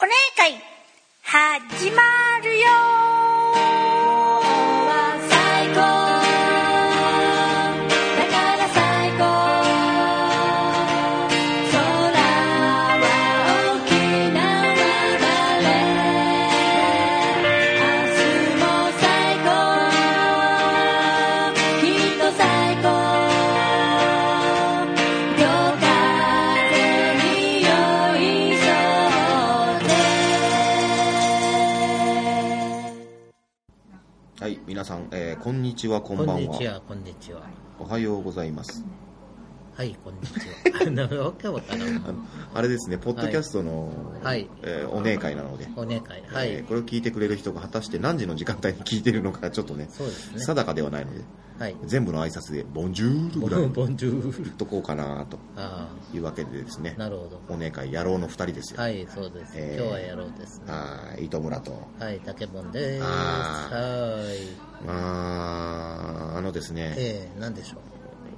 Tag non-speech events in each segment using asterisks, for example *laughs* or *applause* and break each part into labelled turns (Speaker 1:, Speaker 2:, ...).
Speaker 1: お願い始まるよ
Speaker 2: は最高だから最高空は沖縄晴れ明日も最高きっと最高夜風に酔いそうで
Speaker 3: はい、皆さん、えーこんにちは、こんば
Speaker 4: こん
Speaker 3: ん
Speaker 4: にち
Speaker 3: は。
Speaker 4: は、こんにちは。
Speaker 3: おはようございます。
Speaker 4: はい、こんに *laughs* ちは。なるほ
Speaker 3: あのあれですね、ポッドキャストの、
Speaker 4: はい
Speaker 3: えーお姉会なので、
Speaker 4: お願い。は
Speaker 3: えー
Speaker 4: い。
Speaker 3: これを聞いてくれる人が果たして何時の時間帯に聞いてるのか、ちょっとね、
Speaker 4: そうですね
Speaker 3: 定かではないので、
Speaker 4: はい。
Speaker 3: 全部の挨拶で、ボンジュール
Speaker 4: ボ
Speaker 3: ぐらい
Speaker 4: ン
Speaker 3: に
Speaker 4: *laughs* ボンジュール
Speaker 3: 言っ。とこうかなと
Speaker 4: あ
Speaker 3: いうわけでですね
Speaker 4: あ、、なるほど。
Speaker 3: お姉会野郎の2人ですよ。は
Speaker 4: はい、そうです。
Speaker 3: えー
Speaker 4: 今日はやろうですね。
Speaker 3: い、糸村と。
Speaker 4: はい、竹本です。
Speaker 3: あ
Speaker 4: はーい。
Speaker 3: あーあのですね、
Speaker 4: えー、なんでしょ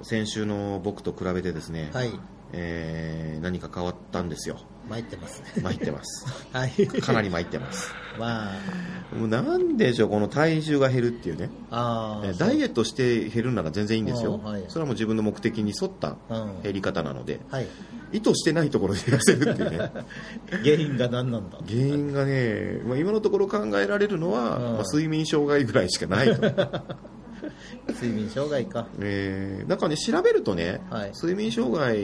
Speaker 3: 先週の僕と比べてですね、
Speaker 4: う。はい、
Speaker 3: えー何か変わったんですよ。
Speaker 4: 参ってます *laughs* ね。
Speaker 3: 参ってます。
Speaker 4: はい。
Speaker 3: かなり参ってます。
Speaker 4: まあ、
Speaker 3: もうなんでしょう、この体重が減るっていうね、
Speaker 4: あ
Speaker 3: え
Speaker 4: あ、
Speaker 3: ーダイエットして減るなら全然いいんですよ、
Speaker 4: あーはい
Speaker 3: それはもう自分の目的に沿った
Speaker 4: うん
Speaker 3: 減り方なので、
Speaker 4: はい。
Speaker 3: 意図してないところで痩せるっていう
Speaker 4: *laughs*
Speaker 3: ね、
Speaker 4: 原因が何なんだ
Speaker 3: 原因がね、まあ、今のところ考えられるのは、
Speaker 4: うん
Speaker 3: まあ、睡眠障害ぐらいしかない
Speaker 4: *laughs*
Speaker 3: と、
Speaker 4: 睡眠障害か。
Speaker 3: えーなんかね、調べるとね、
Speaker 4: はい
Speaker 3: 睡眠障害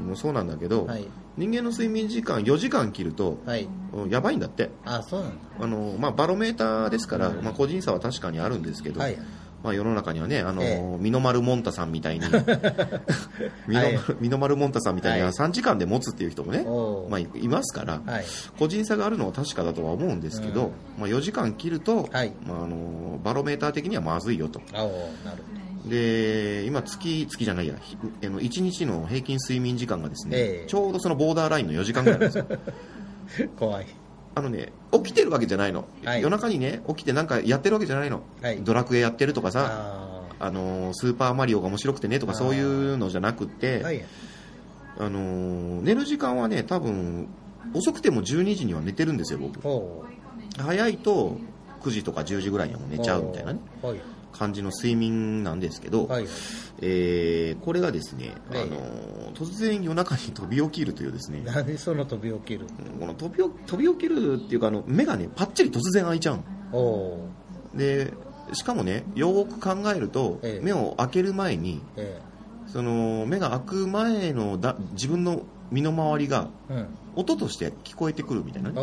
Speaker 3: もそうなんだけど、
Speaker 4: はい
Speaker 3: 人間の睡眠時間4時間切ると、
Speaker 4: はい。
Speaker 3: うんやばいんだって。
Speaker 4: ああ、そうなんだ。
Speaker 3: あのまあ、バロメーターですから、まあ、個人差は確かにあるんですけど、
Speaker 4: はい
Speaker 3: まあ、世の中にはね、あの
Speaker 4: え
Speaker 3: ー、ミノマルモンタさんみ
Speaker 4: *laughs*
Speaker 3: たいに、ミノ
Speaker 4: はい
Speaker 3: ミノマルモンタさんみたいな
Speaker 4: はい
Speaker 3: 3時間で持つっていう人もね、
Speaker 4: おー
Speaker 3: まあ、いいますから、
Speaker 4: はい。
Speaker 3: 個人差があるのは確かだとは思うんですけど、まあ、4時間切ると、
Speaker 4: はい
Speaker 3: まあ、あのーバロメーター的にはまずいよと。
Speaker 4: あおなるほど。
Speaker 3: で今月、月じゃないや、ひあの1日の平均睡眠時間がですね、
Speaker 4: ええ
Speaker 3: ちょうどそのボーダーラインの4時間ぐらいなんですよ。
Speaker 4: 怖い。
Speaker 3: あのね、起きてるわけじゃないの、
Speaker 4: はい
Speaker 3: 夜中にね、起きてなんかやってるわけじゃないの、
Speaker 4: はい
Speaker 3: ドラクエやってるとかさ、
Speaker 4: あ
Speaker 3: あのースーパーマリオが面白くてねとか、
Speaker 4: あー
Speaker 3: そういうのじゃなく
Speaker 4: あ
Speaker 3: て、
Speaker 4: はい。
Speaker 3: あのー寝る時間はね、多分遅くても12時には寝てるんですよ、僕、
Speaker 4: ほ
Speaker 3: 早いと9時とか10時ぐらいにはもう
Speaker 4: う。
Speaker 3: 寝ちゃうみたいなね、
Speaker 4: ほう。はい。
Speaker 3: 感じの睡眠なんですけど、
Speaker 4: はい。
Speaker 3: えーこれがですね、あ
Speaker 4: ええ
Speaker 3: のー突然夜中に飛び起きるというですね、
Speaker 4: 何その飛び起きる
Speaker 3: この飛び起飛び起きるっていうか、あの目がね、ぱっちり突然開いちゃうの。
Speaker 4: おお
Speaker 3: でしかもねよーく考えると、
Speaker 4: ええ
Speaker 3: 目を開ける前に
Speaker 4: ーえ
Speaker 3: その目が開く前のだ自分の身の回りが
Speaker 4: えうん
Speaker 3: 音として聞こえてくるみたいな、
Speaker 4: お
Speaker 3: ね、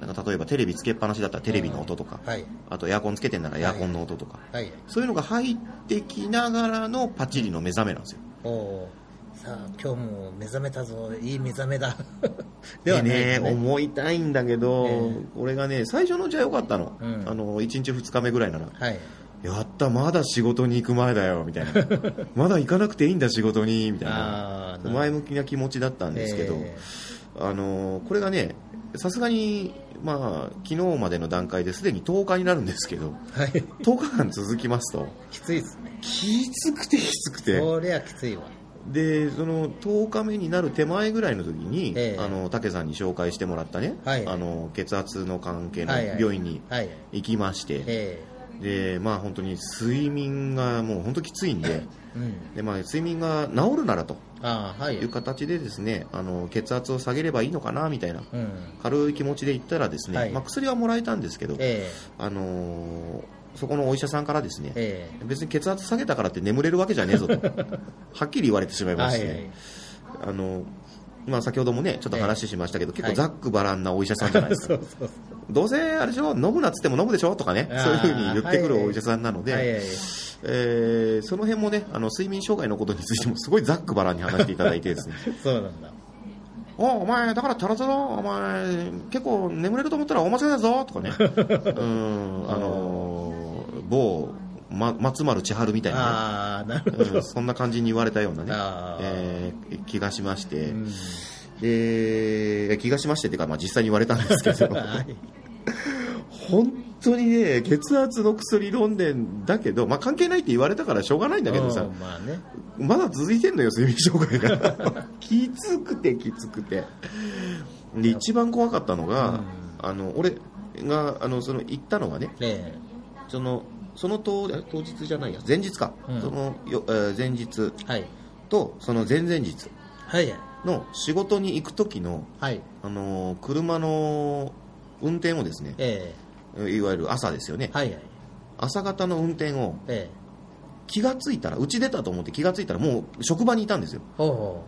Speaker 4: お
Speaker 3: なんか例えばテレビつけっぱなしだったらテレビの音とか、
Speaker 4: はい
Speaker 3: あとエアコンつけてんならエアコンの音とか、
Speaker 4: はい
Speaker 3: そういうのが入ってきながらのパチリの目覚めなんですよ
Speaker 4: おおさあ今日も目覚めたぞいい目覚めだ *laughs*
Speaker 3: で
Speaker 4: ではない
Speaker 3: ね
Speaker 4: ですね
Speaker 3: 思いたいんだけど、
Speaker 4: ええ
Speaker 3: 俺がね最初のうちは良かったの,、
Speaker 4: うん
Speaker 3: あの1日2日目ぐらいなら
Speaker 4: はい
Speaker 3: やったまだ仕事に行く前だよみ
Speaker 4: *laughs*
Speaker 3: たいなまだ行かなくていいんだ仕事にみたいな
Speaker 4: あー
Speaker 3: 前向きな気持ちだったんですけど、
Speaker 4: え
Speaker 3: あのーこれがねさすがに、まあ、昨日までの段階ですでに10日になるんですけど
Speaker 4: *laughs* ーはい
Speaker 3: 10日間続きますと
Speaker 4: きついですね
Speaker 3: きつくてきつくて
Speaker 4: こりゃきついわ
Speaker 3: でその10日目になる手前ぐらいの時に、
Speaker 4: ええ
Speaker 3: あの武さんに紹介してもらったね、
Speaker 4: はい
Speaker 3: あの血圧の関係の
Speaker 4: はいはい
Speaker 3: 病院に
Speaker 4: はい
Speaker 3: 行きまして、
Speaker 4: え
Speaker 3: でまあ、本当に睡眠がもう本当きついんで。
Speaker 4: えうん
Speaker 3: でまあ、睡眠が治るならと
Speaker 4: ああはい
Speaker 3: いう形でですねあの血圧を下げればいいのかなみたいな
Speaker 4: うん
Speaker 3: 軽い気持ちで言ったらですね、
Speaker 4: はい
Speaker 3: まあ、薬はもらえたんですけど、
Speaker 4: え
Speaker 3: あのーそこのお医者さんからですね、
Speaker 4: ええ
Speaker 3: 別に血圧下げたからって眠れるわけじゃねえ
Speaker 4: *laughs*
Speaker 3: ぞとはっきり言われてしまい
Speaker 4: え
Speaker 3: まし
Speaker 4: は
Speaker 3: て、
Speaker 4: いはい
Speaker 3: あのまあ、先ほどもねちょっと話しましたけど、
Speaker 4: ええ
Speaker 3: 結構ざっくばらんなお医者さんじゃないですか、
Speaker 4: *laughs* そうそうそう
Speaker 3: どうせあれでしょ飲むなっつっても飲むでしょとかねそういうふうに言ってくるお医者さんなので、
Speaker 4: はいはい
Speaker 3: えーその辺もねあの睡眠障害のことについてもすごいざっくばらんに話していただいてですね *laughs*
Speaker 4: そうなんだ
Speaker 3: おお前だから足らずだお前結構眠れると思ったらお間違いだぞとか
Speaker 4: *laughs*
Speaker 3: ねうーんあのー某、ま、松丸千春みたいなね、
Speaker 4: ああなるほ
Speaker 3: う
Speaker 4: ど
Speaker 3: んそんな感じに言われたようなね、
Speaker 4: あー
Speaker 3: えー気がしまして、
Speaker 4: うん
Speaker 3: で気がしましてっていうか、まあ、実際に言われたんですけど
Speaker 4: *laughs* はい
Speaker 3: 本当にね血圧の薬飲んでんだけど、まあ、関係ないって言われたからしょうがないんだけどさ、
Speaker 4: うんまあね *laughs*
Speaker 3: まだ続いてんのよ、睡眠障害が。きつくてきつくて。で一番怖かったのが、
Speaker 4: うん
Speaker 3: あの俺があのその行ったのがね
Speaker 4: え
Speaker 3: そのその当当日じゃないや前日か、
Speaker 4: うん
Speaker 3: そのよ、えー前日
Speaker 4: えはい
Speaker 3: とその前々日
Speaker 4: はい
Speaker 3: の仕事に行く時の、
Speaker 4: はい
Speaker 3: あのー車の運転をですね
Speaker 4: え
Speaker 3: いわゆる朝ですよね
Speaker 4: え、はいはい
Speaker 3: 朝方の運転を
Speaker 4: ええ
Speaker 3: 気がついたらうち出たと思って気がついたらもう職場にいたんですよ
Speaker 4: おお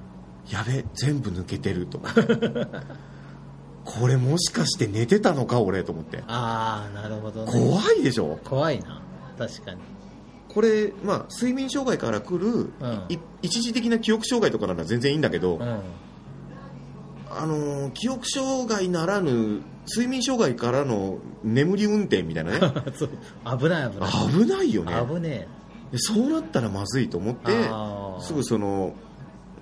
Speaker 3: やべ全部抜けてると *laughs* これもしかして寝てたのか俺と思って
Speaker 4: ああなるほどね
Speaker 3: 怖いでしょ
Speaker 4: 怖いな確かに
Speaker 3: これ、まあ、睡眠障害から来る、
Speaker 4: うん
Speaker 3: い一時的な記憶障害とかなら全然いいんだけど、
Speaker 4: うん *laughs*
Speaker 3: あのー記憶障害ならぬ睡眠障害からの眠り運転みたい
Speaker 4: *laughs*
Speaker 3: なね
Speaker 4: そう危ない危な
Speaker 3: 危
Speaker 4: い
Speaker 3: ないよね
Speaker 4: 危ね
Speaker 3: でそうなったらまずいと思って
Speaker 4: あー
Speaker 3: すぐその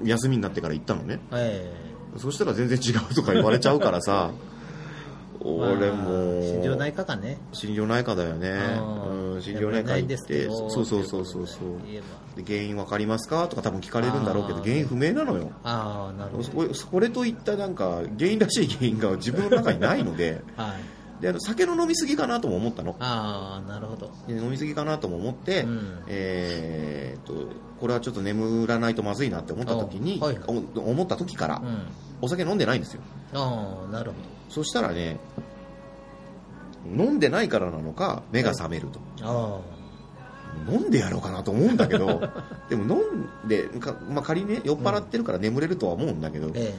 Speaker 3: 休みになってから行ったのね
Speaker 4: ええ
Speaker 3: そしたら全然違うとか言われちゃうから
Speaker 4: *laughs*
Speaker 3: さ
Speaker 4: え
Speaker 3: 俺
Speaker 4: ま
Speaker 3: も
Speaker 4: あ心療内科かね
Speaker 3: 心療内科だよね、うん、心療内科
Speaker 4: やめないん
Speaker 3: 行
Speaker 4: で
Speaker 3: っ
Speaker 4: すけ
Speaker 3: て
Speaker 4: ど
Speaker 3: そうそうそうそうそう
Speaker 4: ということで言えば
Speaker 3: で原因わかりますかとか多分聞かれるんだろうけど
Speaker 4: あー
Speaker 3: 原因不明なのよ
Speaker 4: ああなるほ
Speaker 3: そ
Speaker 4: ど
Speaker 3: こそれといったなんか原因らしい原因が自分の中にないので
Speaker 4: はい
Speaker 3: であの酒の飲みすぎかなとも思ったの
Speaker 4: ああなるほど
Speaker 3: で飲みすぎかなとも思って、
Speaker 4: うん
Speaker 3: えーっとこれはちょっと眠らないとまずいなって思った時に、
Speaker 4: あはい
Speaker 3: お思った時から
Speaker 4: うん
Speaker 3: お酒飲んでないんですよ
Speaker 4: ああなるほ
Speaker 3: そしたらね飲んでないからなのか目が覚めると、
Speaker 4: どあ
Speaker 3: 飲んでやろうかなと思うんだけど *laughs* でも飲んでか、まあ、仮にね酔っ払ってるから眠れるとは思うんだけど、
Speaker 4: あえ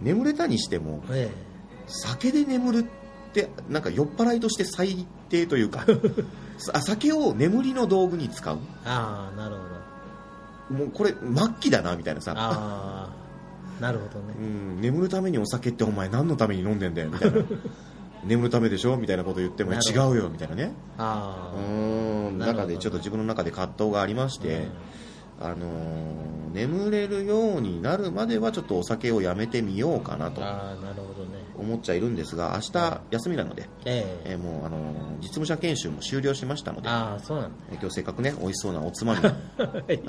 Speaker 3: 眠れたにしても
Speaker 4: ええ
Speaker 3: 酒で眠るってなんか酔っ払いとして最低と
Speaker 4: *laughs*
Speaker 3: いうかあ酒を眠りの道具に使う
Speaker 4: えああなるほど
Speaker 3: もうこれ末期だなみたいなさ
Speaker 4: ああなるほど
Speaker 3: う
Speaker 4: ね
Speaker 3: ん眠るためにお酒ってお前何のために飲んでんだよみたい
Speaker 4: *laughs*
Speaker 3: な眠るためでしょみたいなこと言っても
Speaker 4: なるほ
Speaker 3: 違
Speaker 4: ど
Speaker 3: うよみたいなねう
Speaker 4: ああ
Speaker 3: ーん
Speaker 4: なるほど
Speaker 3: 中でちょっと自分の中で葛藤がありまして、あのー眠れるようになるまではちょっとお酒をやめてみようかなと
Speaker 4: ああなるほどね
Speaker 3: 思っちゃいるんですが明日休みなので、
Speaker 4: ええ
Speaker 3: えーもう、あのー実務者研修も終了しましたので
Speaker 4: ああそうなんだ
Speaker 3: えー今日せっかくね美味しそうなおつまみ
Speaker 4: *laughs*
Speaker 3: *laughs* あ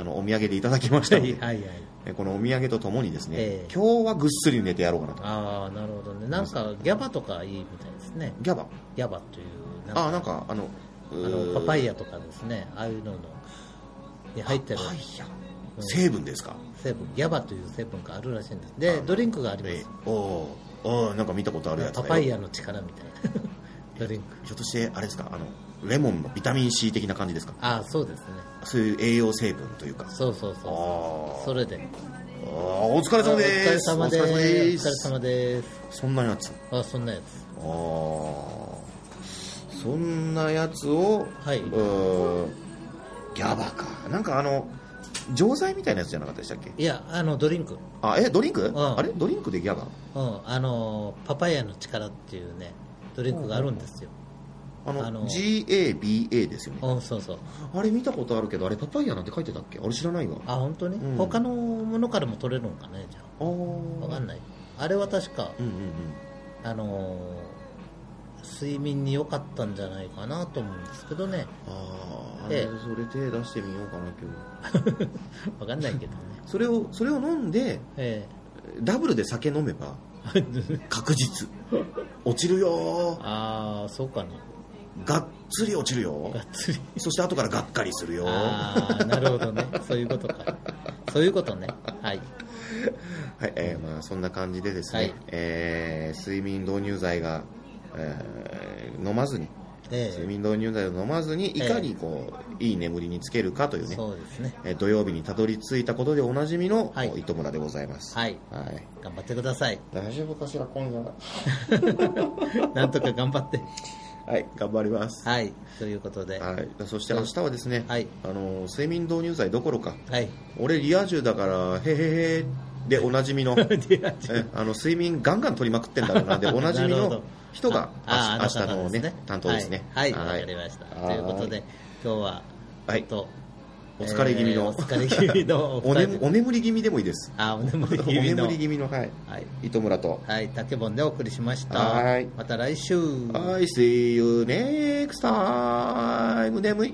Speaker 3: のお土産でいただきまし
Speaker 4: は
Speaker 3: たの
Speaker 4: い
Speaker 3: で
Speaker 4: はいはい
Speaker 3: えーこのお土産とともにですね、
Speaker 4: ええ
Speaker 3: 今日はぐっすり寝てやろうかなと
Speaker 4: ああなるほどねなんかギャバとかいいみたいですね
Speaker 3: ギャバ
Speaker 4: ギャバというなん
Speaker 3: あ
Speaker 4: か
Speaker 3: あなんかあのあ
Speaker 4: あのパパイ
Speaker 3: ヤ
Speaker 4: ヤとかですねああいうののに入ってる
Speaker 3: パパイヤ
Speaker 4: うん
Speaker 3: 成分ですか、
Speaker 4: 成分ギャバという成分があるらしいんですでドリンクがありま
Speaker 3: え
Speaker 4: す
Speaker 3: ー、おーおーなんか見たことあるやつだ
Speaker 4: パ
Speaker 3: よ
Speaker 4: パイヤの力みたいな *laughs* ドリンク
Speaker 3: ひょっとしてあれですかあのレモンのビタミン C 的な感じですか
Speaker 4: ああそうですね
Speaker 3: そういう栄養成分というか
Speaker 4: そうそうそう
Speaker 3: あ
Speaker 4: そ
Speaker 3: ー
Speaker 4: うそれで
Speaker 3: あーお疲れ様です
Speaker 4: あお疲れ様です
Speaker 3: お疲れ様です
Speaker 4: お疲れ様です
Speaker 3: そんなやつ
Speaker 4: あそんなやつ
Speaker 3: あーそんなやつを、
Speaker 4: はいう
Speaker 3: ーんギャバかなんかあの錠剤みたいなやつじゃなかったでしたっけ
Speaker 4: いやあのドリンク
Speaker 3: あえドリンク、
Speaker 4: ん
Speaker 3: あれドリンクでギャバ
Speaker 4: うんあのパパイヤの力っていうねドリンクがあるんですよ
Speaker 3: あの
Speaker 4: あの
Speaker 3: GABA ですよね
Speaker 4: うんそうそう
Speaker 3: あれ見たことあるけどあれパパイヤなんて書いてたっけあれ知らないわあ
Speaker 4: あ本当に、
Speaker 3: うん
Speaker 4: 他のものからも取れるのかねじゃ
Speaker 3: あ
Speaker 4: あわか
Speaker 3: ー
Speaker 4: んないあれは確か
Speaker 3: うんうんうん
Speaker 4: あのー睡眠に良かったんじゃないかなと思うんですけどね *laughs*
Speaker 3: ああ
Speaker 4: ええ
Speaker 3: それ手出してみようかな今日
Speaker 4: わかんないけどね
Speaker 3: それをそれを飲んで
Speaker 4: え
Speaker 3: ダブルで酒飲め
Speaker 4: *laughs*
Speaker 3: ば
Speaker 4: え
Speaker 3: 確実落ちるよ
Speaker 4: ああそうかな
Speaker 3: ーがっつり落ちるよ
Speaker 4: がっつり
Speaker 3: そして後からがっかりするよは
Speaker 4: ああなるほどねそういうことかそういうことねはい
Speaker 3: い、えーまあそんな感じでですね、
Speaker 4: はい
Speaker 3: えー睡眠導入剤が、えー飲まずに
Speaker 4: え
Speaker 3: 睡
Speaker 4: え
Speaker 3: 眠導入剤を飲まずにいかにこういい眠りにつけるかというね、
Speaker 4: そうですね
Speaker 3: えー土曜日にたどり着いたことでおなじみの、
Speaker 4: はい
Speaker 3: 糸村でございます、
Speaker 4: はい
Speaker 3: はい
Speaker 4: 頑張ってください *laughs*
Speaker 3: 大丈夫かしら今夜は
Speaker 4: なんとか頑張って
Speaker 3: はい頑張ります
Speaker 4: はいということでは
Speaker 3: はい、そして明日はですね、
Speaker 4: はい
Speaker 3: あの睡眠導入剤どころか
Speaker 4: い
Speaker 3: 俺リア充だからへへへでおなじ
Speaker 4: *laughs*
Speaker 3: みの
Speaker 4: であ
Speaker 3: えあの睡眠ガンガン取りまくってんだろう
Speaker 4: *laughs*
Speaker 3: なでおなじみ
Speaker 4: なるほ
Speaker 3: の
Speaker 4: ど
Speaker 3: 人が
Speaker 4: あ
Speaker 3: 明
Speaker 4: あ
Speaker 3: 日明日のね
Speaker 4: あなた方
Speaker 3: 担当ですね
Speaker 4: はいはいわ、かりました
Speaker 3: はい
Speaker 4: ということで今日はちょっと、
Speaker 3: お疲れ気味の、
Speaker 4: えーお疲れ気味のお
Speaker 3: *laughs* お
Speaker 4: 二
Speaker 3: ね
Speaker 4: 人で
Speaker 3: お眠り気味でもいいです
Speaker 4: あお眠り
Speaker 3: お
Speaker 4: 気味の
Speaker 3: 眠り気味のはい
Speaker 4: はい、
Speaker 3: 糸村と
Speaker 4: はい、竹本でお送りしました
Speaker 3: はい
Speaker 4: また来週
Speaker 3: はい see you next time 眠い